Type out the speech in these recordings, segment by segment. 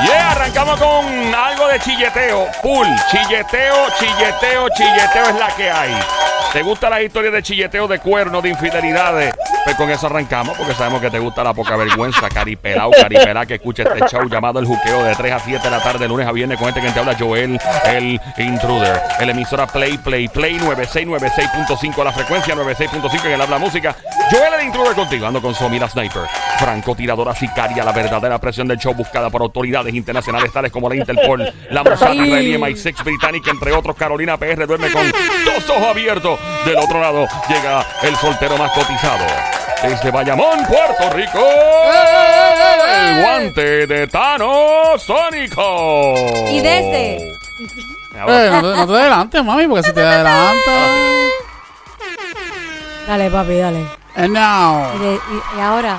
Arrancamos con algo de chilleteo. Full. Chilleteo, chilleteo, chilleteo es la que hay. ¿Te gustan las historias de chilleteo, de cuernos, de infidelidades? Pues con eso arrancamos porque sabemos que te gusta la poca vergüenza, caripelao, caripelá, que escucha este show llamado El Juqueo de 3 a 7 de la tarde, lunes a viernes, con este que te habla Joel, el intruder. El emisora Play, Play, Play 9696.5, la frecuencia 96.5 en el habla música. Joel el intruder contigo, ando con Somi la sniper, francotiradora sicaria, la verdadera presión del show buscada por autoridades internacionales tales como la Interpol, la Mossad israelí, MI6 británica, entre otros. Carolina PR duerme con dos ojos abiertos. Del otro lado llega el soltero más cotizado. Desde Bayamón, Puerto Rico, el Eh. guante de Tano Sónico. Y desde- Ahora, Eh, no, te, no te adelantes, mami, porque si te adelantas. Dale, papi, dale. And now, Y, de- y- y ahora,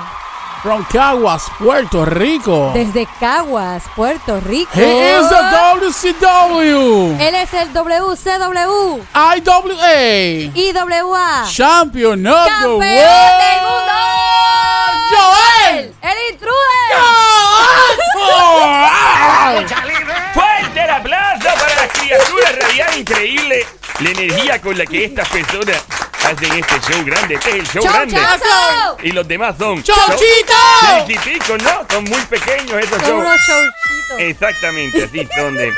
from Caguas, Puerto Rico, desde Caguas, Puerto Rico. he is the WCW, Él es el WCW, IWA, IWA, Champion of the Campeón World. del mundo. Joel. el intruder. Joel. Fuerte el aplauso para las criaturas radiales increíble. La energía con la que estas personas hacen este show grande. Este es el show Chau, grande. chau. Y los demás son. son ¡Chochito! Chiquiticos, ¿no? Son muy pequeños esos Son shows. unos showcitos. Exactamente, así son de.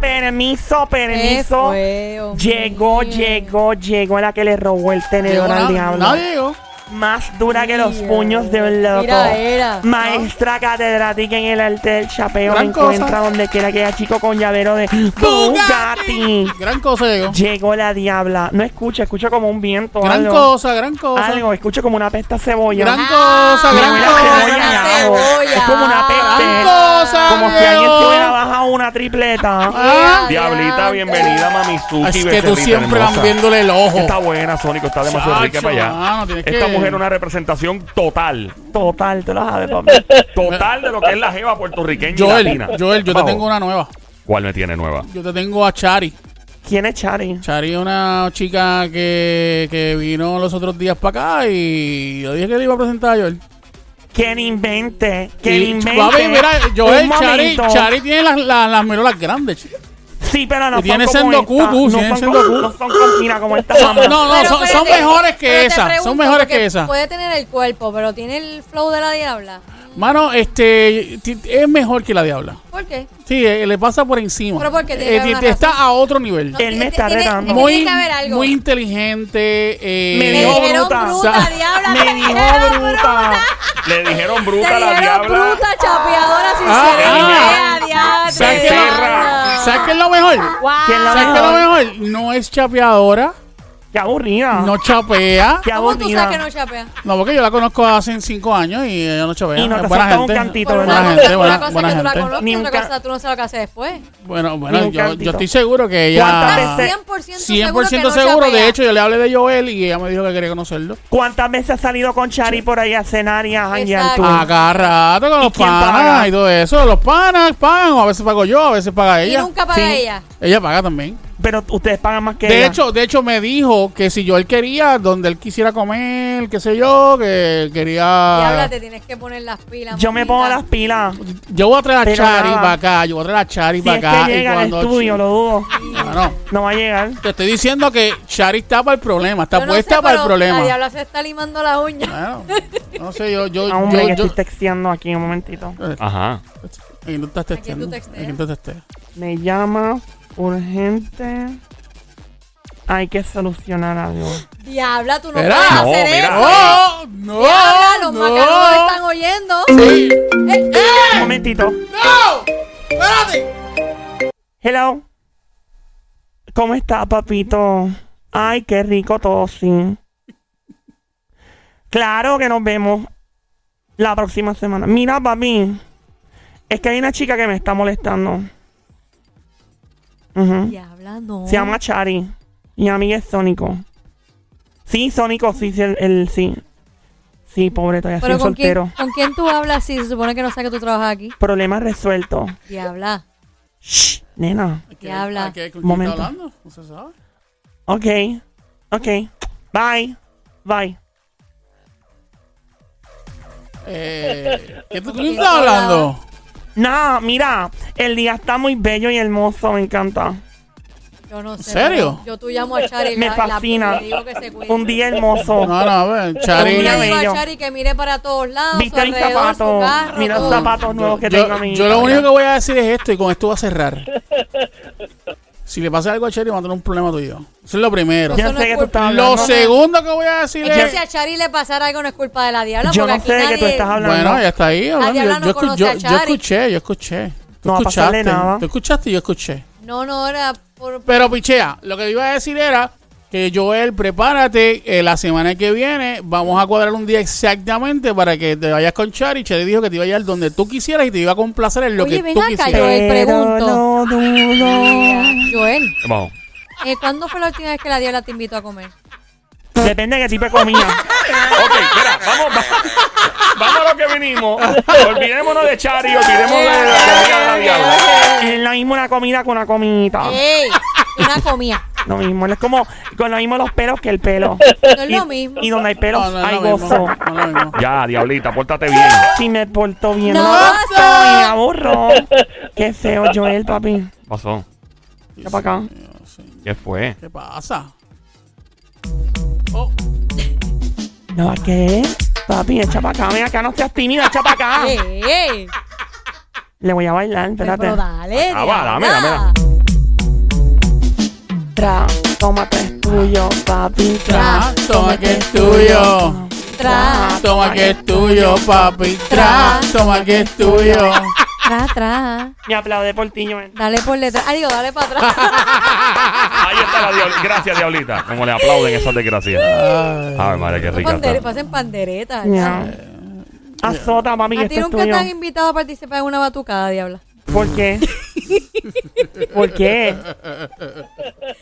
Permiso, Qué permiso. fue, hombre. Llegó, llegó, llegó la que le robó el tenedor al diablo. No llegó. Más dura que los Mira, puños de un loco. Mira, era. Maestra catedrática en el arte del chapeo. Me Gran cosa. encuentra donde quiera que haya chico con llavero de Bugatti. Bugatti. Gran cosa llegó. Llegó la diabla. No escucha, escucha como un viento. Gran algo. cosa, gran cosa. Algo, escucho como una pesta cebolla. Gran Ah, cosa, Me gran huele a cosa. cebolla, Gran ajo. cebolla. Es como una peste. Gran cosa, Como si alguien llegó. te hubiera bajado una tripleta. Ah, Diablita, bienvenida, mami Suki. Es que tú becerrita siempre hermosa. van viéndole el ojo. Está buena, Sónico, está demasiado Chacho, rica para allá. mano, tienes Esta que- mujer es una representación total, Total, te lo sabes, papi. total de lo que es la jeva puertorriqueña y Joel, latina. Joel, yo te Vamos. tengo una nueva. ¿Cuál me tiene nueva? Yo te tengo a Chari. ¿Quién es Chari? Chari es una chica que, que vino los otros días para acá y yo dije que le iba a presentar a Joel. ¿Quién invente? ¿Quién Y, invente? papi, mira, Joel, Un Chari, momento. Chari tiene las, las, las merolas grandes. chico. Sí, pero no y tiene son como sendoku, esta. bu, no, tiene son sendoku. como- no son como- mira como esta. Son- mamá. no, no, Pero son, son espérate, mejores pero que te esa. Son pregunto, mejores porque que esa. Puede tener el cuerpo, pero tiene el flow de la diabla. Mano, este ti- es mejor que la diabla. ¿Por qué? Sí, eh, le pasa por encima. Pero porque tiene Eh, que haber ti- una te está razón. a otro nivel. No, Él tiene- me está tiene- retando. es que muy, Tiene que haber algo. muy inteligente. eh, Me me dijo dijeron bruta. bruta, Sa- diabla. Me te dijo dijeron bruta. Le dijeron Te bruta a la dijeron diabla. bruta, chapeadora, ah. sinceridad, diabla. ¿Sabes qué es Becerra. lo- sabes qué es lo mejor? ¿Quién la ¿Sabes qué es lo mejor? No es chapeadora, Qué aburrida. no chapea. Qué ¿Cómo tú aburrida. sabes que no chapea? No, porque yo la conozco hace cinco años y ella no chapea. Y no te es buena acepta un gente. cantito, Bueno, ¿verdad? buena una Buena gente, cosa, una cosa buena, buena es que tú la gente. conozcas, Ni otra un ca- cosa tú no sabes lo que hace después. Bueno, Ni bueno, un yo, yo cantito. estoy seguro que ¿Cuántas ella. veces? 100% Ah, seguro 100% que no seguro. chapea. De hecho, yo le hablé de Joel y ella me dijo que quería conocerlo. ¿Cuántas veces has salido con Chari por ahí a cenar y a janguear Exacto. tú? A cada rato con los quién panas paga? y todo eso. Los panas pagan, o a veces pago yo, a veces paga Y ella. nunca paga Sí. ella. Ella paga también. Pero ustedes pagan más que De ella. hecho, de hecho me dijo que si yo él quería, donde él quisiera comer, qué sé yo, que Diabla, quería... te tienes que poner las pilas. yo me mamita. pongo las pilas. Yo voy a traer a Pero Chari nada. para acá, yo voy a traer a Chari Si para es acá. que y llega al cuando- estudio, lo dudo. No, no. No va a llegar. Te estoy diciendo que Chari está para el problema, está Yo no puesta sé, para el pero problema. Ah. La diabla se está limando la uña. Bueno, no sé, yo... yo, Ah, hombre, yo- que yo- estoy texteando aquí un momentito. Ajá. Aquí tú estás testeando. texteas. Aquí este tú testeas. Me llama urgente. Hay que solucionar algo. Diabla, tú no Espera. puedes No, hacer mira. eso. ¡Oh! ¡No! Diabla, los macarones no. están oyendo. Sí. Eh, Un momentito. ¡No! ¡Espérate! Hello. ¿Cómo está, papito? Ay, qué rico todo, sí. Claro que nos vemos la próxima semana. Mira, papi. Es que hay una chica que me está molestando. Ujú. Diabla, no. Se llama Chari. Y a mí es Sónico. Sí, Sónico, sí, sí, el, el- sí. Sí, pobre, todavía soy Pero ¿con quién, soltero. ¿con quién tú hablas si se supone que no sabe que tú trabajas aquí? Problema resuelto. Diabla. Shh, nena. Diabla. ¿Qué, ¿Con quién Momento. está hablando? No se sabe. Ok. Ok. Bye. Bye. Eh, ¿Qué tú, tú qué estás hablando? Nada, mira, el día está muy bello y hermoso, me encanta. Yo no sé. ¿En serio? pero Yo tú llamo a Chari. y Me la- la- fascina. le digo que se cuide. Un día No, hermoso. no, a ver, Yo Un Chari. día le digo bello. a Chari que mire para todos lados. su Viste mis alrededor, su zapatos. carro, Mira todo. los zapatos nuevos que tengo a Yo, mi yo lo único que voy a decir es esto y con esto voy a cerrar. Si le pasa algo a Chari, va a tener un problema tuyo. Eso es lo primero. Yo Yo Eso no sé es que tú culpa. estás Lo hablando. segundo que voy a decir Es que si es. a Chari le pasara algo no es culpa de la diabla. Yo porque no aquí sé de qué tú nadie- estás hablando. Bueno, ya está ahí. hablando. diabla no Yo, yo escu- conoce yo- a yo Chari. escuché, yo escuché. Tú No va a pasarle escuchaste. nada. Tú escuchaste y yo escuché. No, no, era por. Pero pichea, lo que iba a decir era que Joel, prepárate, eh, la semana que viene vamos a cuadrar un día exactamente para que te vayas con Chari. Chari dijo que te iba a llevar donde tú quisieras y te iba a complacer en lo Oye, que ven tú acá, quisieras. Joel. Pero pregunto. no dudo. Joel, Vamos. eh, ¿cuándo fue la última vez que la diabla te invitó a comer? Depende de qué tipo de comida. Ok, mira, vamos, va- vamos a lo que vinimos. Olvidémonos de Chari, olvidémonos de de la amiga de la diabla. es lo mismo una comida que una Ah. comidita. ¡Ey! Una comida. Lo mismo. Es como con lo mismo los pelos que el pelo. No es y, lo mismo. Y donde hay pelos No, no es hay lo mismo, gozo. no es lo mismo. Ya, diablita, pórtate bien. Si me porto bien, No no, gozo. gozo, me aburro. Qué feo, Joel, papi. ¿Qué pasó? Ya para acá. ¿Qué fue? ¿Qué pasa? Oh. No, ¿a ¿qué? Papi, echa para acá. Ven acá, no seas tímida, echa para Ah. acá. ¡Ey! Le voy a bailar, espérate. Eh, Pero dale. Acaba, Ah, diabla. dame, dame, Tra, toma que es tuyo, papi. Tra, Tra, toma que es tuyo. Tra, Toma que es tuyo, papi. Tra, toma que es tuyo. tra, tra. Me aplaude por ti, Joel. Dale por detrás. Ah, digo, dale para atrás. Ahí está la diablita. Gracias, diablita. Como le aplauden esas desgracias. Ay, madre, qué rica Pandere- está. pasen panderetas. Ya. Azota, papi, que A ti esto es nunca te han tuyo. invitado a participar en una batucada, diabla. ¿Por qué? ¿Por qué?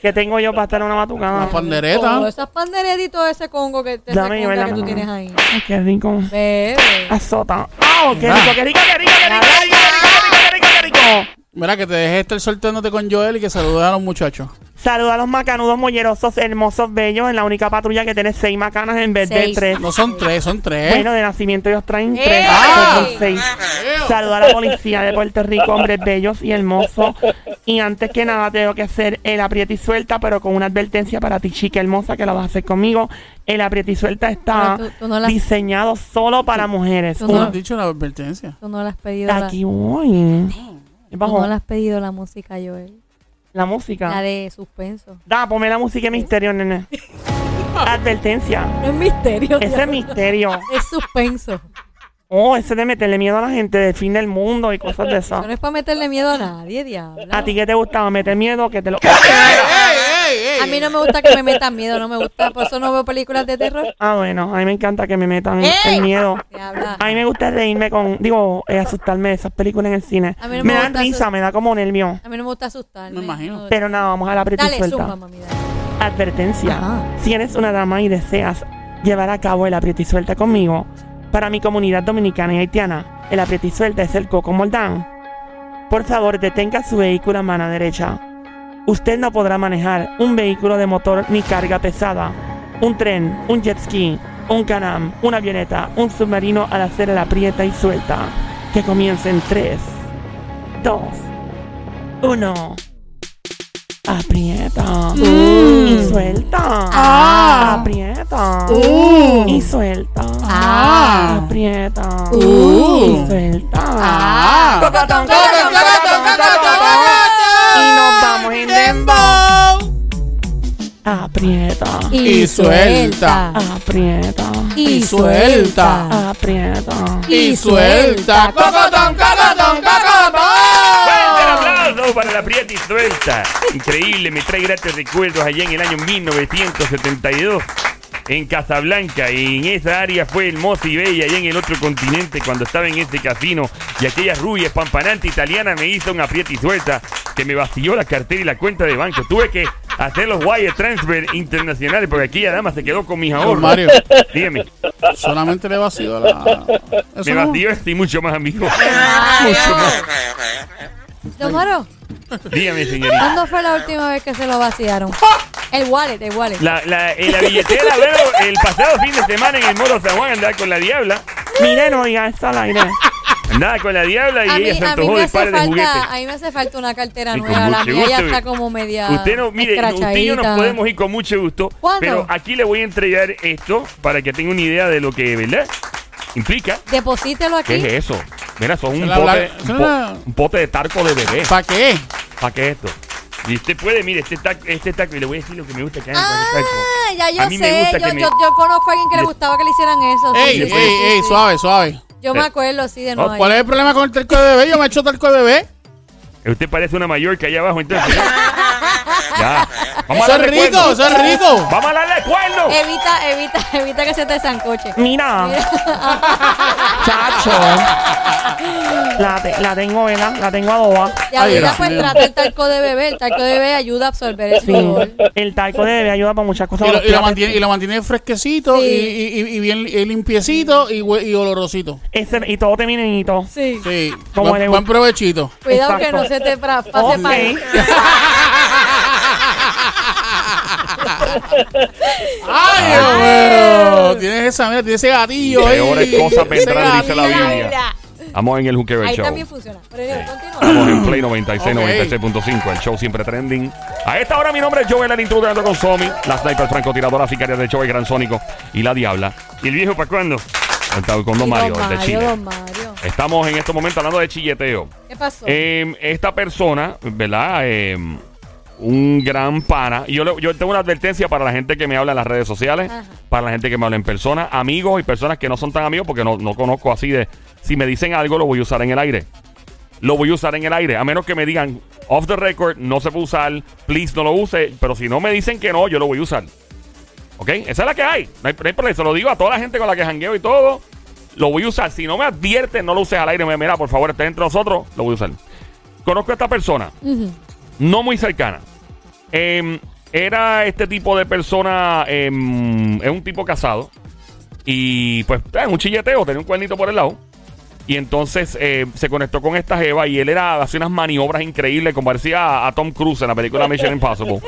¿Qué tengo yo para estar en una batucada? Una pandereta. Todas esas panderetas y todo ese congo que, te Dame, Joel, que tú dame. tienes ahí. Ay, Qué rico. Bebe. Azota. ¡Ah, qué Ah. rico, qué rico, qué rico, qué rico, qué rico, qué rico, qué rico, qué rico! Mira, que te dejé estar soltándote con Joel y que saludes a los muchachos. Saluda a los macanudos mollerosos, hermosos, bellos, en la única patrulla que tiene seis macanas en vez Seis. de tres. No son tres, son tres. Bueno, de nacimiento ellos traen ¡Eh! tres, Ah. pero son seis. Saluda a la policía de Puerto Rico, hombres bellos y hermosos. Y antes que nada, tengo que hacer el apriete y suelta, pero con una advertencia para ti, chica hermosa, que la vas a hacer conmigo. El apriete y suelta está Pero tú- tú no la- diseñado solo para mujeres. tú Tú no Una- has dicho la advertencia. Tú no le has pedido la, Aquí voy. Es tú bajo no le has pedido la música, Joel. la música. La de suspenso. Da, ponme la música de misterio, nene. Advertencia. No es misterio. Ese es diabla. misterio. Es suspenso. Oh, ese de meterle miedo a la gente del fin del mundo y cosas de esas. Eso no es para meterle miedo a nadie, diabla. ¿A ti qué te gustaba? ¿Meter miedo? Que te lo... ¡Ey, ey, A mí no me gusta que me metan miedo, no me gusta. Por eso no veo películas de terror. Ah, bueno, a mí me encanta que me metan el- ¡Ey! el miedo. Diabla. A mí me gusta reírme con... Digo, eh, asustarme de esas películas en el cine. A mí no me me dan gusta risa, asus- me da como nervio. A mí no me gusta asustarme. Me imagino. Pero nada, vamos a la aprieta y Dale, suelta. zumba, mami. dale. Advertencia. Ajá. Si eres una dama y deseas llevar a cabo el aprieta y suelta conmigo, para mi comunidad dominicana y haitiana, el aprieta y suelta es el coco moldán. Por favor, detenga su vehículo a mano derecha. Usted no podrá manejar un vehículo de motor ni carga pesada, un tren, un jet ski, un canam, una avioneta, un submarino al hacer el aprieta y suelta. Que comience en 3, 2, 1. Aprieta. Y suelta. Mm. Ah. Aprieta. Uh. Y suelta. Ah. Aprieta. Uh. Y suelta. Ah. Cocotón, cocotón, cocotón, cocotón. Y nos Y vamos en Aprieta. Y suelta. Aprieta. Y Y suelta. suelta. Aprieta. Y suelta. Cocotón, cocotón, cocotón. Fuerte el aplauso para la prieta y suelta. Increíble, me trae gratos recuerdos allá en el año 1972 en Casablanca. Y en esa área fue hermosa y bella allá en el otro continente cuando estaba en este casino. Y aquella rubia espampanante italiana me hizo una prieta y suelta que me vació la cartera y la cuenta de banco. Tuve que hacer los wire transfer internacionales porque aquella dama se quedó con mis ahorros. Mario, Dígame, solamente le vacío la. me Eso no- vació este y mucho más, amigo. mucho más. Tomaro, Dígame, señorita. ¿cuándo fue la última vez que se lo vaciaron? El wallet, el wallet. La, la, eh, la billetera, veo el pasado fin de semana en el Moro San Juan andaba con la diabla Mire, no diga esto al aire. Nada, con la diabla y A mí, ella se a mí antojó me de hace pares de juguetes. falta, a mí me hace falta una cartera Y con nueva. La mucho mía ya gusto. eh. está como media Usted no, mire, usted y yo nos escrachadita. podemos ir con mucho gusto. ¿Cuándo? Pero aquí le voy a entregar esto para que tenga una idea de lo que, ¿verdad? Implica. Deposítelo ¿Qué aquí. es eso? Mira, son un La- la- bote, es un, una- po- un pote de tarco de bebé. ¿Para qué? ¿Para qué es esto? Y usted puede, mire, este taco, este taco, y le voy a decir lo que me gusta que hagan con Ah, el taco. ya A yo mí me sé. gusta Yo, que me- yo, yo conozco a alguien que le Le- gustaba que le hicieran eso. sí, Ey, sí, ey, sí, ey, sí. suave, suave. Yo me acuerdo, sí, Oh, de pues, nuevo. ¿Cuál es el problema con el talco de bebé? Yo me hecho talco de bebé. Usted parece una mallorca allá abajo, entonces. ya. Vamos Son darle cuerno. ricos, son ricos. Vamos a darle cuerno. Evita, evita, evita que se te sancoche. Mira, chacho. La, te- la tengo, ¿verdad? La tengo adoba. Ya, Ay, ya Dios pues mío. trata el talco de bebé. El talco de bebé ayuda a absorber el Sí. sudor. El talco de bebé ayuda para muchas cosas. Y lo, y lo Los mantiene, y lo mantiene fresquecito Sí. y, y- y- y bien y limpiecito y, hue- y olorosito. Ese, y todo terminito. Sí. Sí. Como Buen, le- buen provechito. Cuidado Exacto. que no se te pra- pase Ok. para ¡Ay, Dios mío! Tienes esa, mira, tienes ese gatillo ahí. Peores cosas vendrán, dice la Ese gatillo. Biblia. Vamos en el Juqueo Ahí Show. también funciona. Pero eh, Estamos continúa. en Play 96, Ok. 96.5, el show siempre trending. A esta hora mi nombre es Joel, el intruder ando con Somi, la sniper francotiradora sicaria de show, el gran sónico y la diabla. ¿Y el viejo para cuándo? Está Con Don Y Mario, don el de Chile. Don Mario. Estamos en estos momentos hablando de chilleteo. ¿Qué pasó? Eh, esta persona, ¿verdad? Eh, un gran pana. Y Yo, le- yo tengo una advertencia para la gente que me habla en las redes sociales, Ajá. para la gente que me habla en persona, amigos y personas que no son tan amigos porque no, no conozco así de... Si me dicen algo, lo voy a usar en el aire. Lo voy a usar en el aire. A menos que me digan, off the record, no se puede usar, please no lo use. Pero si no me dicen que no, yo lo voy a usar. ¿Ok? Esa es la que hay. No hay, no hay problema. Se lo digo a toda la gente con la que jangueo y todo. Lo voy a usar. Si no me advierten, no lo uses al aire. Me- Mira, por favor, está entre nosotros. Lo voy a usar. Conozco a esta persona. Ujú. No muy cercana. Em, era este tipo de persona. em, es un tipo casado. Y pues, en un chilleteo. Tenía un cuernito por el lado. Y entonces eh, se conectó con esta Jeva y él era hacía unas maniobras increíbles, como parecía a, a Tom Cruise en la película Mission Impossible,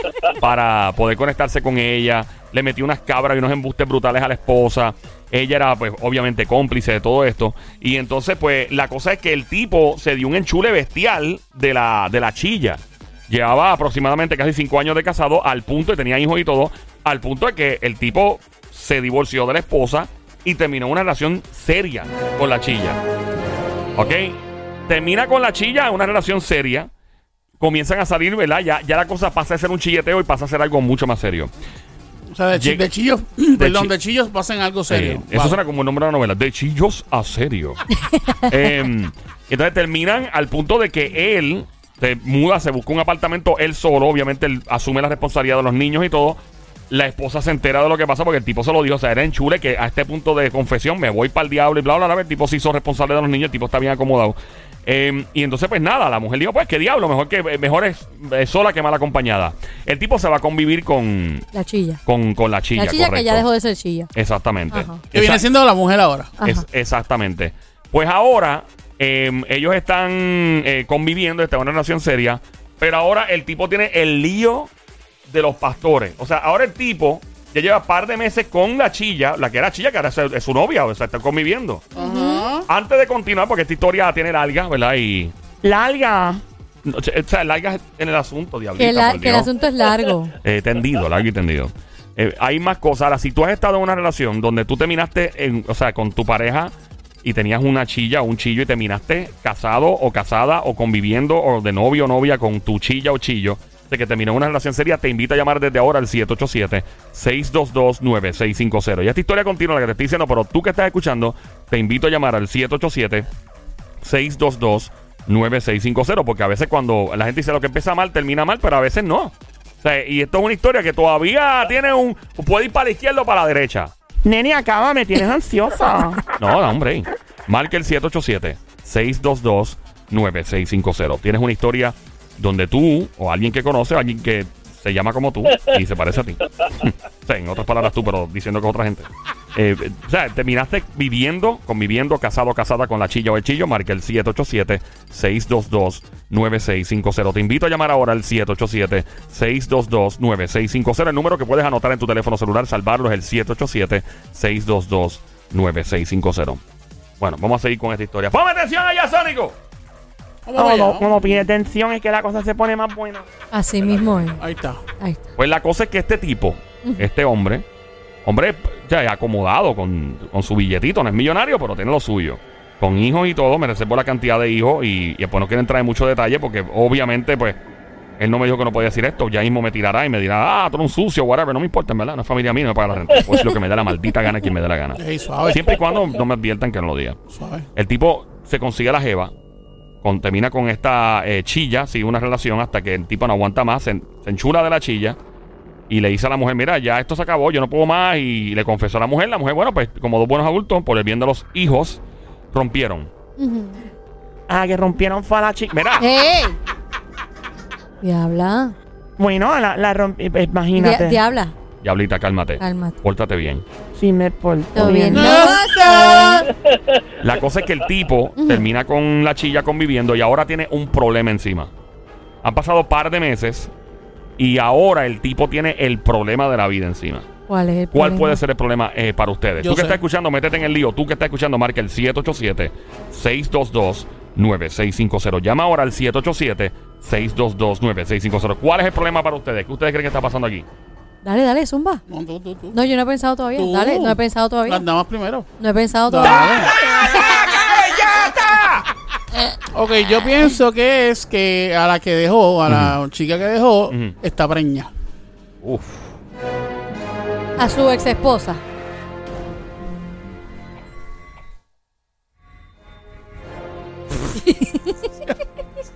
para poder conectarse con ella. Le metió unas cabras y unos embustes brutales a la esposa. Ella era, pues, obviamente cómplice de todo esto. Y entonces, pues, la cosa es que el tipo se dio un enchule bestial de la, de la chilla. Llevaba aproximadamente casi cinco años de casado, al punto de tenía hijos y todo, al punto de que el tipo se divorció de la esposa y terminó una relación seria con la chilla. ¿Ok? Termina con la chilla una relación seria. Comienzan a salir, ¿verdad? Ya, ya la cosa pasa a ser un chilleteo y pasa a ser algo mucho más serio. O sea, de, chi- Lleg- de chillos, perdón, chi- de chillos pasen algo Eh, serio. eso Wow. suena como el nombre de una novela. De chillos a serio. Em, entonces terminan al punto de que él se muda, se busca un apartamento él solo. Obviamente él asume la responsabilidad de los niños y todo. La esposa se entera de lo que pasa porque el tipo se lo dijo. O sea, era en chule que a este punto de confesión me voy para el diablo y bla, bla, bla. El tipo se hizo responsable de los niños. El tipo está bien acomodado. Em, y entonces, pues nada, la mujer dijo: Pues qué diablo, mejor que mejor es, es sola que mal acompañada. El tipo se va a convivir con, La chilla. con, con la chilla. La chilla que ya correcto. dejó de ser chilla. Exactamente. Ajá. Que viene Esa- siendo la mujer ahora. Ajá. es- exactamente. Pues ahora eh, ellos están eh, conviviendo, están en una relación seria, pero ahora el tipo tiene el lío de los pastores. O sea, ahora el tipo ya lleva par de meses con la chilla, la que era chilla, que ahora es, es su novia, o sea, están conviviendo. Ajá. Antes de continuar, porque esta historia tiene larga, ¿verdad? Y, Larga. no, o sea, larga en el asunto, diablita, Que, la- por que el Dios. asunto es largo. Eh, tendido, largo y tendido. Eh, hay más cosas. Ahora, si tú has estado en una relación donde tú terminaste, en- o sea, con tu pareja y tenías una chilla o un chillo y terminaste casado o casada o conviviendo o de novio o novia con tu chilla o chillo, de que terminó una relación seria, te invito a llamar desde ahora al 787-622-9650. Y esta historia continua, la que te estoy diciendo, pero tú que estás escuchando, te invito a llamar al 787 622 9650 porque a veces cuando la gente dice lo que empieza mal termina mal, pero a veces no. O sea, y esto es una historia que todavía tiene un puede ir para la izquierda o para la derecha. Nene, acaba, me tienes ansiosa. No, da hombre. Marca el 787 622 9650. Tienes una historia donde tú o alguien que conoce, o alguien que se llama como tú y se parece a ti. O sea, en otras palabras tú, pero diciendo que es otra gente. Eh, eh, o sea, terminaste viviendo, conviviendo, casado, casada con la chilla o el chillo. Marca el 787-622-9650. Te invito a llamar ahora al 787-622-9650. El número que puedes anotar en tu teléfono celular, salvarlo es el 787-622-9650. Bueno, vamos a seguir con esta historia. ¡Ponme atención allá, Sónico! Vamos Cuando, allá, ¿no? cuando pide atención es que la cosa se pone más buena. Así mismo es. Ahí está. Ahí está. Pues la cosa es que este tipo, este hombre, hombre ya acomodado con, con su billetito, no es millonario, pero tiene lo suyo. Con hijos y todo, me reservo la cantidad de hijos y, y después no quiero entrar en mucho detalle porque obviamente, pues, él no me dijo que no podía decir esto. Ya mismo me tirará y me dirá, ah, tú eres un sucio, whatever, no me importa, en verdad, no es familia mía, no me paga la renta. Pues lo que me dé la maldita gana, quien me dé la gana. Ey, suave, Siempre y cuando no me adviertan que no lo diga. suave. El tipo se consigue la jeva, con- termina con esta eh, chilla, sigue una relación hasta que el tipo no aguanta más, se, en- se enchula de la chilla y le dice a la mujer, mira, ya esto se acabó, yo no puedo más y le confesó a la mujer, la mujer, bueno, pues como dos buenos adultos, por el bien de los hijos, rompieron. Ujú. Ah, que rompieron fue a la chica. Mira, ¡Ey! Diabla. Bueno, la, la rompi- Imagínate. Dia- diabla. diablita, cálmate, Cálmate. pórtate bien. Si me porto Todo bien. No bien. No pasa. La cosa es que el tipo termina con la chilla conviviendo y ahora tiene un problema encima. Han pasado par de meses y ahora el tipo tiene el problema de la vida encima. ¿Cuál es el ¿Cuál problema? puede ser el problema eh, para ustedes? Yo Tú que sé. estás escuchando, métete en el lío. Tú que estás escuchando, marca el 787-622-9650. Llama ahora al 787-622-9650. ¿Cuál es el problema para ustedes? ¿Qué ustedes creen que está pasando aquí? Dale, dale, zumba. No, tú, tú, tú. No, yo no he pensado todavía. Tú. Dale, no he pensado todavía. Las damas primero. No he pensado todavía. Dale. Ok, yo pienso que es que a la que dejó, a la chica que dejó, Ujú. está preña. Uf. A su ex esposa.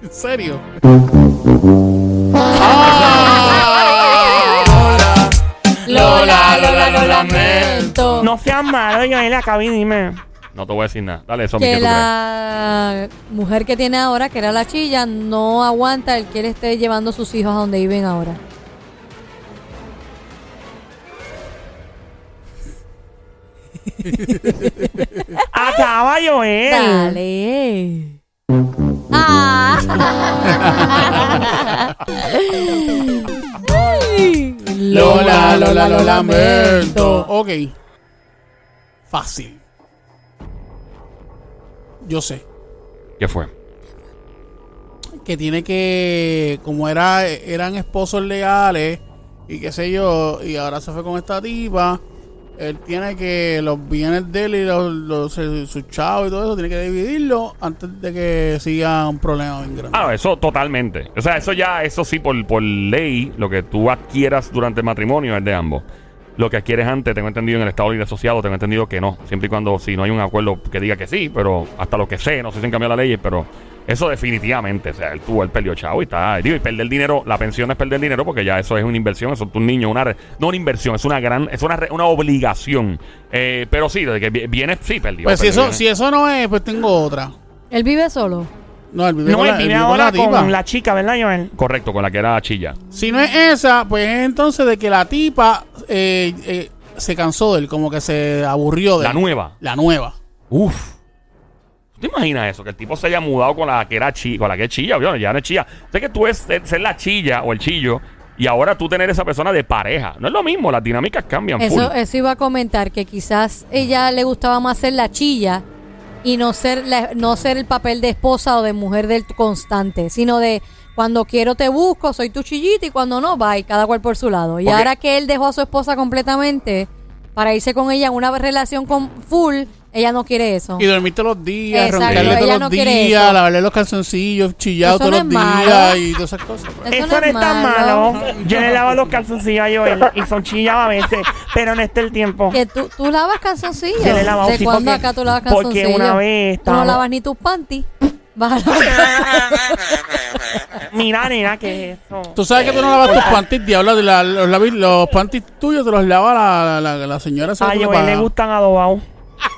¿En serio? Lola, Lola, lo lamento. No seas malo, yo ahí la acabé y dime. No te voy a decir nada. Dale, eso, ¿qué que tú la mujer que tiene ahora, que era la chilla, no aguanta el que él esté llevando sus hijos a donde viven ahora. Acaba yo él. Dale. Ah. Ay. Lola, Lola, lo lamento. Ok. Fácil. Yo sé. crees? ¿Qué fue? que tiene que, como era, eran esposos leales y qué sé yo, y ahora se fue con esta tipa, él tiene que los bienes de él y los, los- su- su chavo y todo eso, tiene que dividirlo antes de que siga un problema bien grande. Ah, eso totalmente. O sea, eso ya, eso sí, por, por ley, lo que tú adquieras durante el matrimonio es de ambos. Lo que adquieres antes, tengo entendido en el Estado Libre Asociado, tengo entendido que no. Siempre y cuando, si no hay un acuerdo que diga que sí, pero hasta lo que sé, no sé si han cambiado las leyes, pero eso definitivamente. O sea, él tuvo el pelio chavo y está. Digo, y perder dinero, la pensión es perder dinero porque ya eso es una inversión, eso es un niño, una. re- No una inversión, es una gran. Es una, re- una obligación. Eh, pero sí, desde que vi- viene, sí, perdió. pues si perdió, eso, viene. si eso no es, pues tengo otra. Él vive solo. No, él vive No, con él la, él vive vive con la ahora tipa. con la chica, ¿verdad, Joel? Correcto, con la que era chilla. Si no es esa, pues es entonces de que la tipa eh, eh, se cansó de él, como que se aburrió de La él. nueva. La nueva. Uf. ¿Tú te imaginas eso? Que el tipo se haya mudado con la que era chilla, con la que es chilla, obvio, ya no es chilla. Sé que tú es ser, ser la chilla o el chillo y ahora tú tener esa persona de pareja. No es lo mismo, las dinámicas cambian. Eso, Ah, full. eso iba a comentar, que quizás ella le gustaba más ser la chilla y no ser, la- no ser el papel de esposa o de mujer del constante, sino de cuando quiero te busco, soy tu chillita y cuando no, bye, cada cual por su lado. Y Porque- ahora que él dejó a su esposa completamente para irse con ella en una relación con full, ella no quiere eso. Y dormirte los días, Exacto, roncarle ella todos no los quiere días, eso. lavarle los calzoncillos, chillado Eso todos no los es días malo. y todas esas cosas. pues. Eso, no es tan malo. Yo le lavo los calzoncillos a Joel y son chillados a veces, pero no está el tiempo. Que tú, tú lavas calzoncillos. Yo le he lavado, ¿De sí, cuándo porque- acá tú lavas porque calzoncillos? una vez Tú no estaba- lavas ni tus panties. Vas a lavar- Mira, nena, ¿qué es eso? Tú sabes que tú no lavas tus panties, diablo, de la- los, lavis- los panties tuyos te los lava la, la, la- la señora. esa A que tú le Joel le pagas. gustan adobados.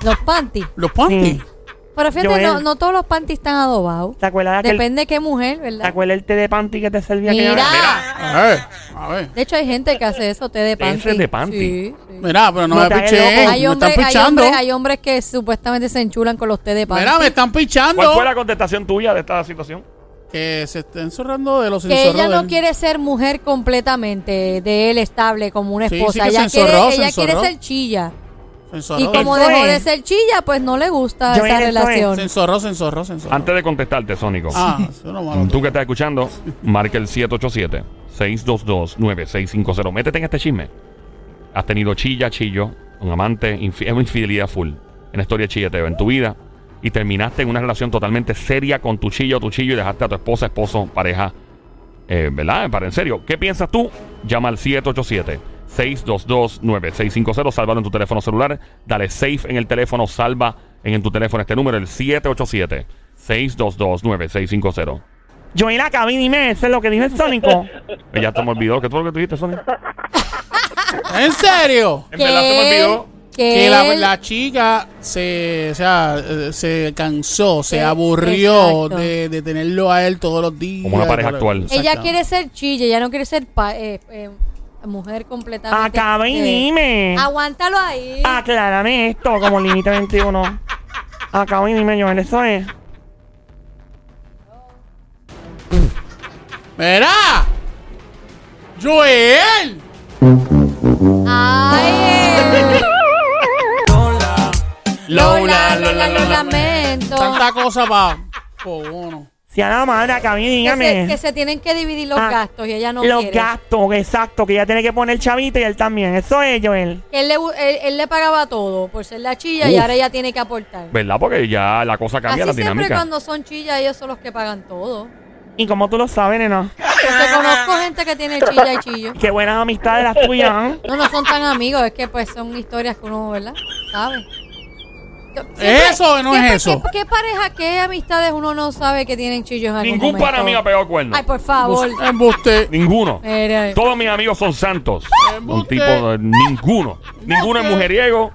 Los panties. Los panties. Sí. Pero fíjate, Joel. no, no todos los panties están adobados. ¿Te acuerdas de aquel, Depende de qué mujer, ¿te ¿verdad? acuerdas el té de panty que te servía? aquella vez? Mira. A ver, a ver. De hecho, hay gente que hace eso, té de Ese panty. de panty. Sí, sí. Mira, pero no, No me te hagas picheen. loco. Me Hay, están hombres, hay, pichando. hombres, hay hombres que supuestamente se enchulan con los té de panty. Mira, me están ¿Cuál fue pichando. la contestación tuya de esta situación? Que se estén zorrando de los que ella censorros no del- quiere ser mujer completamente de él estable como una Sí, esposa. sí que se ella quiere, enzorró, se ella quiere enzorró. ser chilla. Se Y ensorró, como Eso dejó es. de ser chilla, pues no le gusta Yo esa era eso es. relación. se ensorró, se ensorró, se ensorró. Antes de contestarte, Sónico. Ah, eso no malo. Tú que estás escuchando, marca el 787-622-9650. Métete en este chisme. Has tenido chilla, chillo, un amante, infi- es una infidelidad full. Una historia de chilleteo en tu vida. Y terminaste en una relación totalmente seria con tu chillo o tu chillo y dejaste a tu esposa, esposo, pareja. eh, ¿Verdad? Para en serio. ¿Qué piensas tú? Llama al 787. 622-9650, sálvalo en tu teléfono celular, dale safe en el teléfono, salva en, tu teléfono este número, el 787-622-9650. Yo en la cabina, dime, eso es lo que dijo el Sónico. Pues Ya se me olvidó. ¿Qué fue lo que tú dijiste, Sony? ¿En serio? En verdad se me olvidó. que Que la, él- la chica se, o sea, eh, se cansó, se Eh, aburrió exacto. de, de tenerlo a él todos los días. Como una pareja Claro, actual. ella exactamente. quiere ser chilla, ella no quiere ser pa- eh, eh, mujer completamente. Acaba y eh, dime. Aguántalo ahí. Aclárame esto como límite 21. Acaba y dime, Joel, eso es. ¡Mira! ¡Joel! Ay, eh. Lola, Lola, Lola, lo lamento. Tanta cosa para uno. Si a la madre, acaba y Que se, que dígame. se tienen que dividir los Ah, gastos y ella no Los quiere. gastos, exacto, que ella tiene que poner el chavito y él también. Eso es, Joel. Que Él le, bu- él, él le pagaba todo por ser la chilla y Uf. ahora ella tiene que aportar. ¿Verdad? Porque ya la cosa Así cambia, la siempre dinámica. cuando son chillas ellos son los que pagan todo. ¿Y como tú lo sabes, nena? Porque conozco gente que tiene chilla y chillo. Qué buenas amistades las tuyas, ¿eh? No, no son tan amigos, es que pues son historias que uno, ¿verdad? Sabe. ¿Es eso o no siempre, es eso? ¿qué, qué pareja, qué amistades uno no sabe que tienen chillos en algún Ningún momento? para mí ha pegado cuerno. Ay, pues, eh. por favor. eh, Embuste. Ninguno. Mira, Todos mis amigos son santos. Un Embuste. tipo de- ninguno. Ninguno es mujeriego.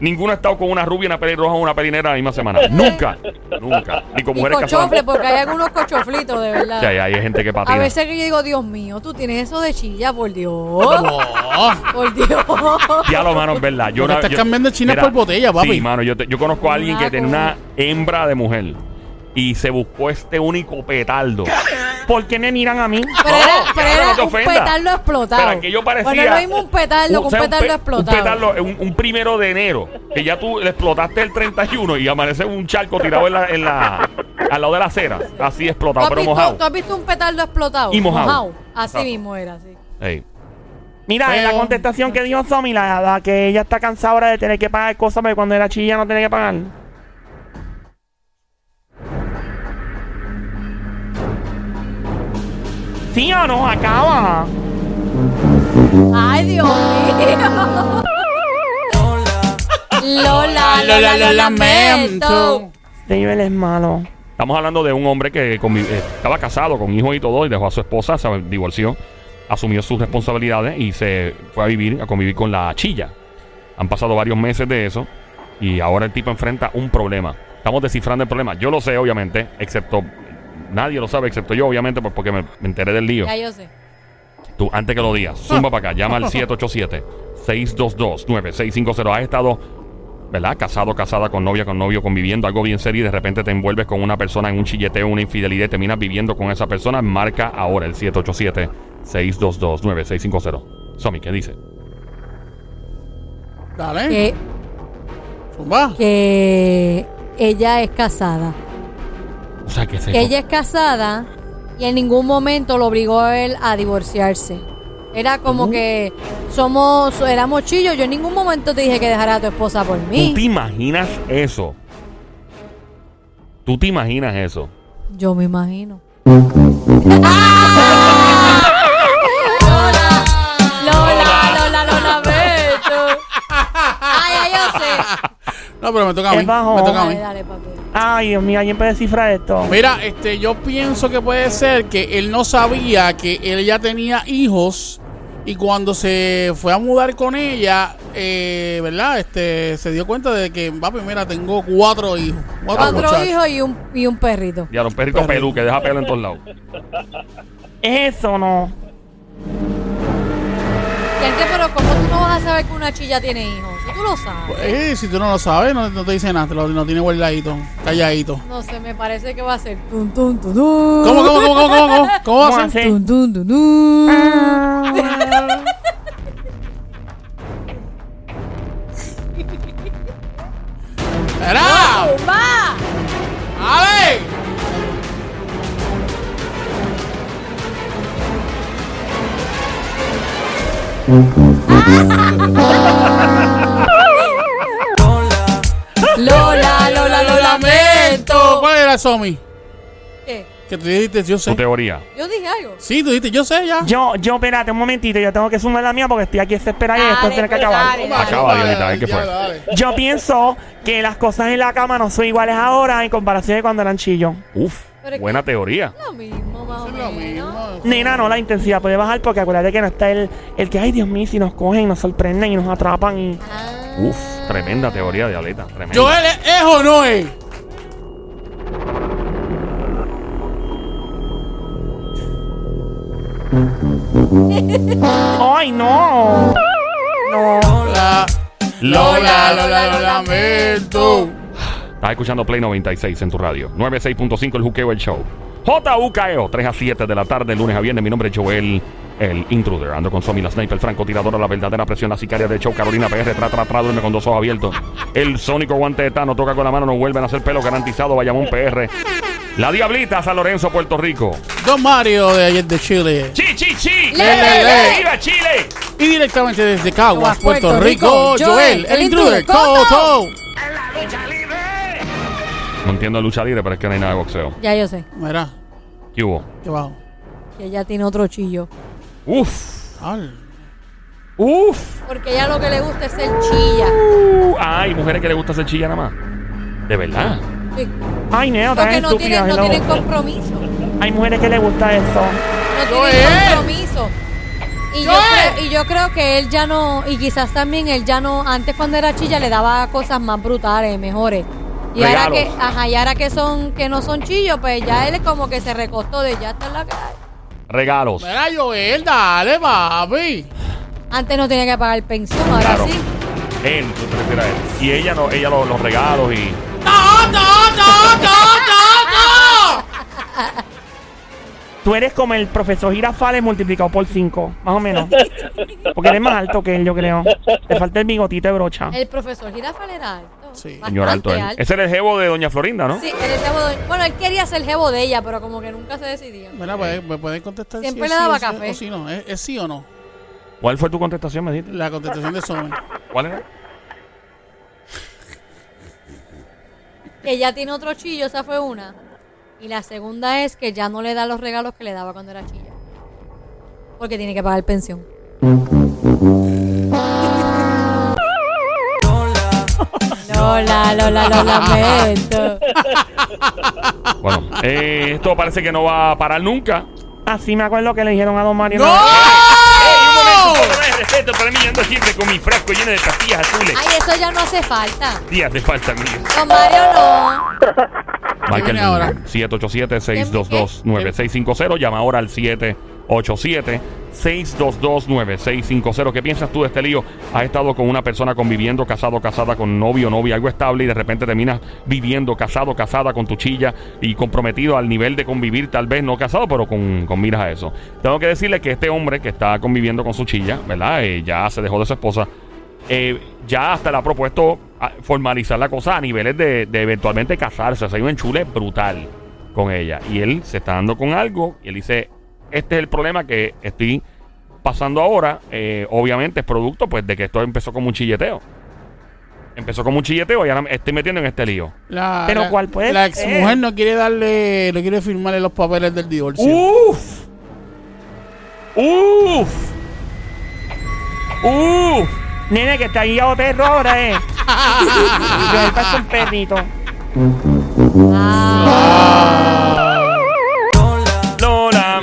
Ninguno ha estado con una rubia, una pelirroja o una pelinera la misma semana. Nunca. Nunca. Ni con y mujeres cochofle, casadas. porque hay algunos cochoflitos, de verdad. Sí, hay, hay gente que patina. A veces que yo digo, Dios mío, tú tienes eso de chilla, por Dios. Oh, por Dios. Ya lo mano, es verdad. Yo Porque estás cambiando chinas por botella, papi. Sí, mano, yo, te- yo conozco a alguien que Naco. tiene una hembra de mujer y se buscó este único petaldo. ¿Por qué me miran a mí? Pero No, era, pero cabrón, era no te un ofendas. petardo explotado. Pero aquello parecía. Bueno, no es lo mismo un petardo que un o sea, petardo pe- explotado. Un petardo, un, un primero de enero. Que ya tú le explotaste el 31 y amanece un charco tirado en la, en la, al lado de la acera. Así ¿Tú explotado, has, pero visto, mojado. tú has visto un petardo explotado? Y mojado. Así Exacto. mismo era, así. Ey. Mira, en la Feo. contestación que dio Somi, la, la que ella está cansada ahora de tener que pagar cosas, porque cuando era chilla no tenía que pagar. ¿Sí o no? Acaba. Ay, Dios mío. Lola, Lola, lo lamento. Sí, él Este es malo. Estamos hablando de un hombre que convi- eh, estaba casado con hijos y todo y dejó a su esposa, se divorció, asumió sus responsabilidades y se fue a vivir, a convivir con la chilla. Han pasado varios meses de eso y ahora el tipo enfrenta un problema. Estamos descifrando el problema. Yo lo sé, obviamente, excepto... Nadie lo sabe, excepto yo, obviamente, pues, porque me, me enteré del lío. Ya yo sé. Tú, antes que lo digas, Ah. zumba para acá, llama al 787-622-9650. Has estado, ¿verdad? Casado, casada, con novia, con novio, conviviendo, algo bien serio y de repente te envuelves con una persona en un chilleteo, una infidelidad y terminas viviendo con esa persona. Marca ahora el 787-622-9650. Somi, ¿qué dice? Dale. Que, Zumba. que ella es casada. O sea, ¿qué es eso? Que ella es casada y en ningún momento lo obligó a él a divorciarse. Era como que somos, éramos chillos. Yo en ningún momento te dije que dejara a tu esposa por ¿Tú te mí. imaginas eso? ¿Tú te imaginas eso? Yo me imagino. Lola, Lola, lo lamento. Ay, ay, yo sé. No, pero me toca a mí. Es bajo. Me toca a mí. Dale, dale, papi. Ay, Dios mío, alguien puede descifrar esto. Mira, este, yo pienso que puede ser que él no sabía que él ya tenía hijos y cuando se fue a mudar con ella, eh, ¿verdad? Este, se dio cuenta de que, papi, mira, tengo cuatro hijos. Cuatro, Cuatro muchachos. hijos y un, y un perrito. Ya, un perrito Perrito. pelú que deja pelo en todos lados. ¿Es eso o no? Gente, pero ¿cómo tú no vas a saber que una chilla tiene hijos? Eso Tú lo sabes. Eh, si tú no lo sabes, no, no te dice nada, te lo, no tiene guardadito, calladito. No sé, me parece que va a ser. Tun, tun, tun, tun. ¿Cómo, cómo, cómo, cómo, cómo, cómo? ¿Cómo va a ¿Cómo ser? hace? Tun, tun, tun, tun. Ah. Ah. Lola, Lola, lo lamento. ¿Cuál era, Somi? ¿Qué? Que tú dijiste, yo sé. Tu teoría. Yo dije algo. Sí, tú dijiste, yo sé ya. Yo, yo, espérate un momentito, yo tengo que sumar la mía porque estoy aquí desesperada y Dale, después tiene que pues, acabar. dale. Acaba, Dale, Dianita, a ver qué ya, fue. dale. Yo pienso que las cosas en la cama no son iguales ahora en comparación de cuando eran chillos. Uf, Pero es buena teoría. Lo mismo, más o Es menos. lo mismo. Nena, no, la intensidad puede bajar porque acuérdate que no está el, el que, ay Dios mío, si nos cogen, nos sorprenden y nos atrapan y... Ah. Uf, tremenda teoría de Aleta. Tremenda. Joel, ¿es, es o no es? ¡Ay, no! No. Lola, Lola, Lola, lo lamento. Estás escuchando Play 96 en tu radio. 96.5 el juqueo, el show. JUKEO, 3 E a 7 de la tarde, lunes a viernes. Mi nombre es Joel, el intruder. Ando con Somi, la sniper, francotiradora, la verdadera presión, la sicaria de show. Carolina PR, tra, tra, tra, duerme con dos ojos abiertos. El sónico guante de Tano, toca con la mano, no vuelven a hacer pelo garantizado. Bayamón PR. La Diablita, San Lorenzo, Puerto Rico. Don Mario de ayer de Chile. ¡Chi, chi, chi! Le, le, le. ¡Viva Chile! Y directamente desde Caguas, Caguas, Puerto, Puerto Rico, Rico, Joel, el intruder, Coto. Coto. No entiendo lucha libre, pero es que no hay nada de boxeo. Ya yo sé. Mira, ¿Qué hubo? qué bajo. Que ella tiene otro chillo. ¡Uf! Al. ¡Uf! Porque ella lo que le gusta es el chilla. Uh, ay, mujeres que les gusta hacer chilla nada más. De verdad. Sí. Ay, nena, otra Porque vez no estúpida. tienen, no hello. tienen compromiso. No Hay mujeres que les gusta eso. tienen compromiso. Y yo, creo, y yo creo que él ya no, y quizás también él ya no, antes cuando era chilla le daba cosas más brutales, mejores. Y ahora que, Regalos. ajá, y ahora que son, que no son chillos, pues ya él como que se recostó de ya está en la que hay. Regalos. Mira, Joel, dale, papi. Antes no tenía que pagar pensión, ahora Claro. sí. Él, tú te refieres a él. Y ella, no, ella lo- los regalos y. ¡No, no, no, no, no! Tú eres como el profesor Girafales multiplicado por 5, más o menos. Porque eres más alto que él, yo creo. Te falta el bigotito de brocha. El profesor Girafal era alto. Sí. bastante Señor alto. él. alto. Ese era el jevo de Doña Florinda, ¿no? Sí, él es jebo de- bueno, él quería ser jebo de ella, pero como que nunca se decidía. Mira, pues, me pueden contestar Siempre es le daba o sí, café. o sí no. ¿Es, es sí o no? ¿Cuál fue tu contestación, me dijiste? La contestación de Somi. ¿Cuál era? Que ya tiene otro chillo, esa fue una. Y la segunda es que ya no le da los regalos que le daba cuando era chilla. Porque tiene que pagar pensión. Lola, Lola, lo lamento. Bueno, eh, esto parece que no va a parar nunca. Así me acuerdo que le dijeron a Don Mario. ¡No! Oh. Con respeto para mí, ando siempre con mi frasco lleno de pastillas azules. Ay, eso ya no hace falta. Días de falta, mío. Con Mario no. Marca el viene ahora? 787-622-9650. Llama ahora al 787-622-9650. ¿Qué piensas tú de este lío? Has estado con una persona conviviendo, casado, casada, con novio, novia, algo estable, y de repente terminas viviendo casado, casada, con tu chilla y comprometido al nivel de convivir, tal vez no casado, pero con, con miras a eso. Tengo que decirle que este hombre que está conviviendo con su chilla, ¿verdad? Eh, ya se dejó de su esposa. Eh, ya hasta le ha propuesto a- formalizar la cosa a niveles de, de eventualmente casarse. O sea, hay un enchule brutal con ella. Y él se está dando con algo y él dice, este es el problema que estoy pasando ahora. Eh, obviamente es producto pues de que esto empezó como un chilleteo. Empezó como un chilleteo y ahora me estoy metiendo en este lío. La, Pero la- ¿cuál puede La ser? exmujer no quiere darle, no quiere firmarle los papeles del divorcio. Uh. ¡Uf! ¡Uf! ¡Uh! Nene, que está guiado perro ahora, eh. Yo él parece un perrito. Lola. Lola,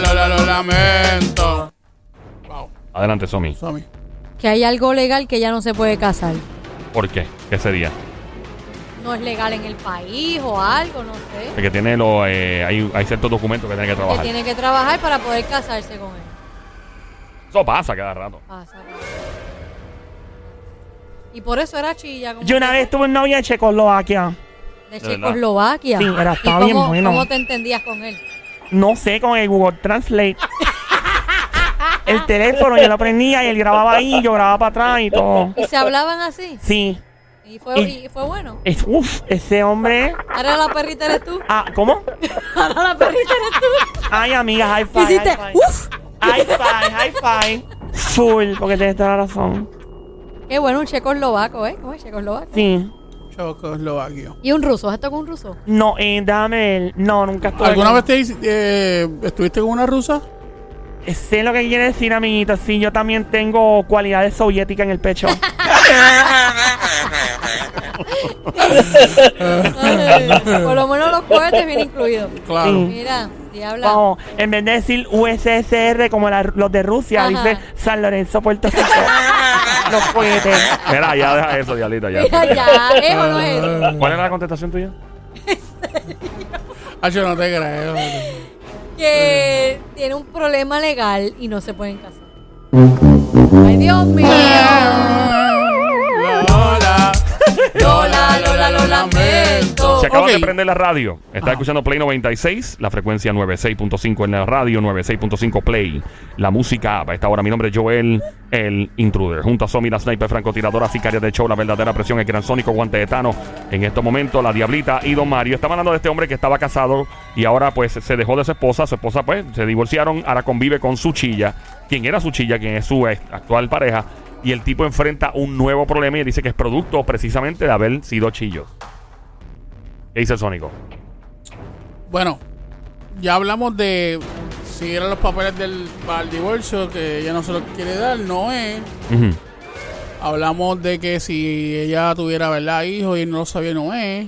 Lola, lo lamento. Wow, Adelante, Somi. Somi. Que hay algo legal que ya no se puede casar. ¿Por qué? ¿Qué sería? No es legal en el país o algo, no sé. Porque tiene los, eh, hay, hay ciertos documentos que tiene que Que trabajar. tiene que trabajar para poder casarse con él. Eso pasa cada rato. Pasa, pasa. Y por eso era chilla. como Yo una que- vez tuve un novio en Checoslovaquia. De verdad. Checoslovaquia. Sí, era- ¿Y estaba cómo, bien bueno. ¿Cómo te entendías con él? No sé, con el Google Translate. El teléfono yo lo prendía y él grababa ahí, yo grababa para atrás y todo. ¿Y se hablaban así? Sí. ¿Y fue, Y- y fue bueno? Es, uf, ese hombre. Ahora la perrita eres tú. Ah, ¿cómo? Ahora la perrita eres tú. Ay, amiga, high ¿Qué five. hiciste? High five, ¡Uf! high five. high five. Full, porque tienes toda la razón. Qué bueno, un checoslovaco, ¿eh? ¿Cómo es checoslovaco? Sí. Checoslovaquia. ¿Y un ruso? ¿Has estado con un ruso? No, eh, déjame ver. No, nunca estuve. ¿Alguna con- vez te hici- eh, estuviste con una rusa? Sé lo que quiere decir, amiguito. Sí, yo también tengo cualidades soviéticas en el pecho. Ay, Por lo menos los cohetes vienen incluidos. Claro. Sí. Mira, diabla. Vamos, en vez de decir USSR como la- los de Rusia, Ajá. dice San Lorenzo, Puerto Rico. los cohetes. Mira, ya deja eso, Dialita, ya. Mira ya, ¿es o no es? ¿Cuál era la contestación tuya? Ah, yo no te creo. Que tiene un problema legal y no se pueden casar. Ay, Dios mío. Lola. Lola, Lola, lo lamento. Se acaba Ok. de prender la radio. Está escuchando Play 96, la frecuencia 96.5 en la radio, 96.5 Play. La música a esta hora. Mi nombre es Joel, el intruder. Junto a Somi, la sniper francotiradora, sicaria de show, la verdadera presión, el gran sónico, guante de Thanos. En estos momentos, la diablita y Don Mario. Estaba hablando de este hombre que estaba casado y ahora pues se dejó de su esposa. Su esposa pues se divorciaron, ahora convive con su chilla, quien era su chilla, quien es su ex- actual pareja. Y el tipo enfrenta un nuevo problema y dice que es producto precisamente de haber sido chillo. ¿Qué dice el Sónico? Bueno, ya hablamos de si eran los papeles del para el divorcio que ella no se los quiere dar, no es. Ujú. Hablamos de que si ella tuviera, ¿verdad? Hijo y él no lo sabía, no es.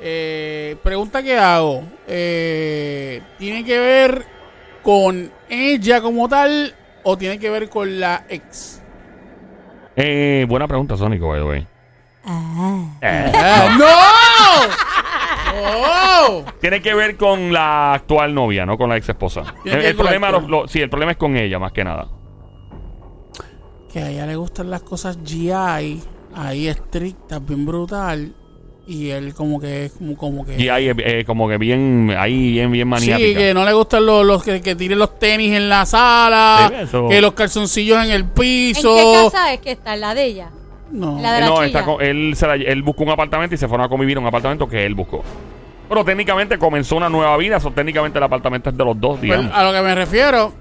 Eh, pregunta que hago. Eh, ¿Tiene que ver con ella como tal o tiene que ver con la ex? Eh, buena pregunta, Sónico, by the way. Ah. Eh, Ah, ¡No! ¡Oh! tiene que ver con la actual novia, no con la ex esposa. Tiene El, que ver el con la problema, actual. lo- lo- sí, el problema es con ella, más que nada. que a ella le gustan las cosas GI, ahí estrictas, bien brutal, y él como que es como, como que... Y ahí, eh, eh, como que bien, ahí bien, bien Sí, maniática. Eh, que no le gustan los, los que, que tiren los tenis en la sala, Sí, eso. que los calzoncillos en el ¿En piso. qué casa es que está? ¿La de ella? No. La de Eh, la no, chilla. está con- él, se la- él buscó un apartamento y se fueron a convivir en un apartamento que él buscó. Pero técnicamente comenzó una nueva vida, so, técnicamente el apartamento es de los dos, Pues, digamos. a lo que me refiero,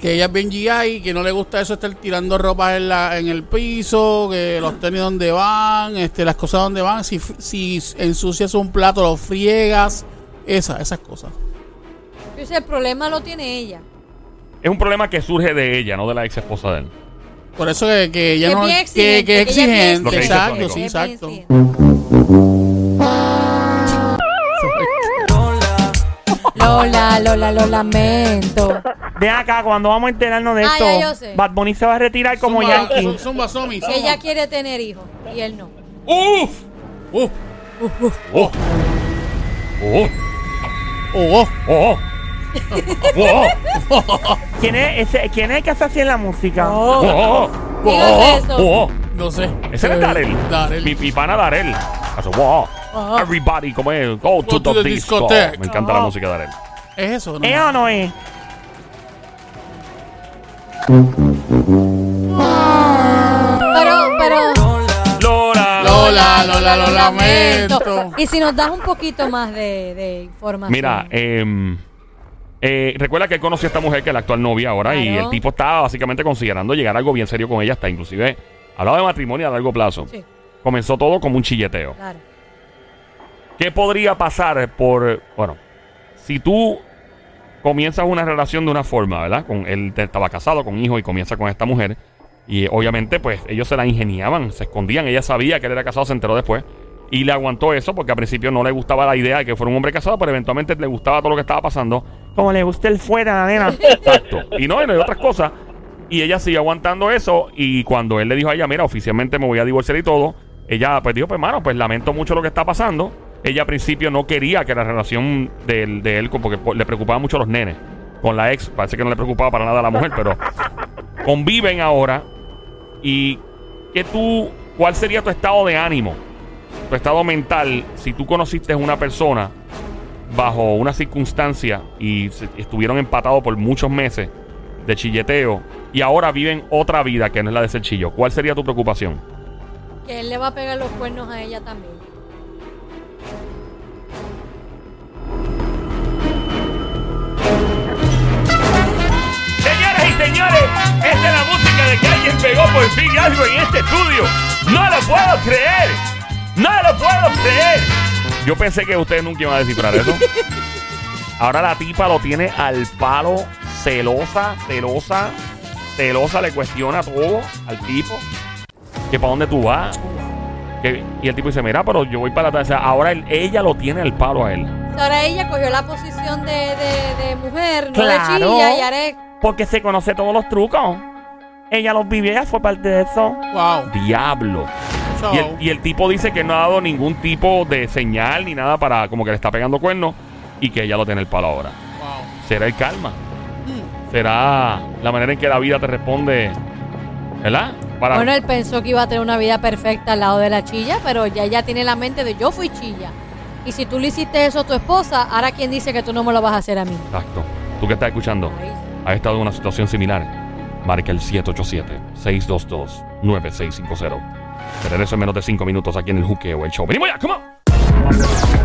que ella es bien GI, que no le gusta eso estar tirando ropa en, la, en el piso, que los tenis donde van, este, las cosas donde van, si, fr- si ensucias un plato, lo friegas, esa, esas cosas. Yo sé, el problema lo tiene ella. ah. Es un problema que surge de ella, no de la ex esposa de él. Por eso que, que ella Que es no bien que- que, exigente, es que ella es exigente, bien exacto, exigente. sí, Es bien exacto. exigente. Lola, Lola, lo lamento. De acá, cuando vamos a enterarnos de Ah, esto, ya yo sé. Bad Bunny se va a retirar como Zumba, Yankee. zu- Zumba, Somi, Que zumba. ella quiere tener hijos y él no. ¡Uf! Uh, ¡Oh! ¡Oh! oh, oh. ¡Oh! ¡Oh! ¿Quién es, ese- ¿Quién es el que hace así en la música? ¡Oh! Dígame eso. ¡Oh! No sé. Ese era Eh, Darel. Darel. Mi, mi pana Darel. Hace, wow. Everybody, como es? Go to, Go the, disco. discotheque. Me encanta la música de Darel. ¿Es eso? No. ¿Es o no es? Pero, pero. Lola. Lola, Lola, lo lamento. Y si nos das un poquito más de, de información. Mira, eh, eh, recuerda que él conoció a esta mujer que es la actual novia ahora y Claro. el tipo estaba básicamente considerando llegar a algo bien serio con ella hasta inclusive hablaba de matrimonio a largo plazo. Sí, Comenzó todo como un chilleteo. claro. ¿Qué podría pasar por, bueno, si tú comienzas una relación de una forma, ¿verdad? Con él te- estaba casado con hijo y comienza con esta mujer y eh, obviamente pues ellos se la ingeniaban, se escondían, ella sabía que él era casado, se enteró después y le aguantó eso porque al principio no le gustaba la idea de que fuera un hombre casado, pero eventualmente le gustaba todo lo que estaba pasando. Como le gusta el fuera, la nena. Exacto. Y no, y no hay otras cosas. Y ella siguió aguantando eso. Y cuando él le dijo a ella, mira, oficialmente me voy a divorciar y todo, ella pues dijo, pues hermano, pues lamento mucho lo que está pasando. Ella al principio no quería que la relación de él, de él con- porque po- le preocupaba mucho los nenes. Con la ex, parece que no le preocupaba para nada a la mujer, pero conviven ahora. Y que tú, ¿cuál sería tu estado de ánimo? Tu estado mental, si tú conociste a una persona bajo una circunstancia y se- estuvieron empatados por muchos meses de chilleteo y ahora viven otra vida que no es la de ser chillo. ¿Cuál sería tu preocupación? Que él le va a pegar los cuernos a ella también. Señoras y señores, esta es la música de que alguien pegó por fin algo en este estudio. No lo puedo creer. No lo puedo creer. Yo pensé que ustedes nunca iban a descifrar eso. Ahora la tipa lo tiene al palo, celosa, celosa, celosa, le cuestiona todo al tipo. Que para dónde tú vas. Que- y el tipo dice, mira, pero yo voy para atrás. O sea, ahora él- ella lo tiene al palo a él. Ahora ella cogió la posición de, de, de mujer, no de Claro. chilla, y ahora es- Porque se conoce todos los trucos. Ella los vivió, ella fue parte de eso. Wow. Diablo. Chao. Y el, y el tipo dice que no ha dado ningún tipo de señal ni nada para como que le está pegando cuernos y que ella lo tiene el palo ahora. Wow. Será el calma. Será la manera en que la vida te responde. ¿Verdad? Para Bueno, él pensó que iba a tener una vida perfecta al lado de la chilla, pero ya ella tiene la mente de yo fui chilla. Y si tú le hiciste eso a tu esposa, ahora quién dice que tú no me lo vas a hacer a mí. Exacto. Tú que estás escuchando, Ay, has estado en una situación similar. Marca el 787-622-9650. Te regreso en menos de 5 minutos aquí en el juqueo, el show. ¡Venimos ya! ¡Come on!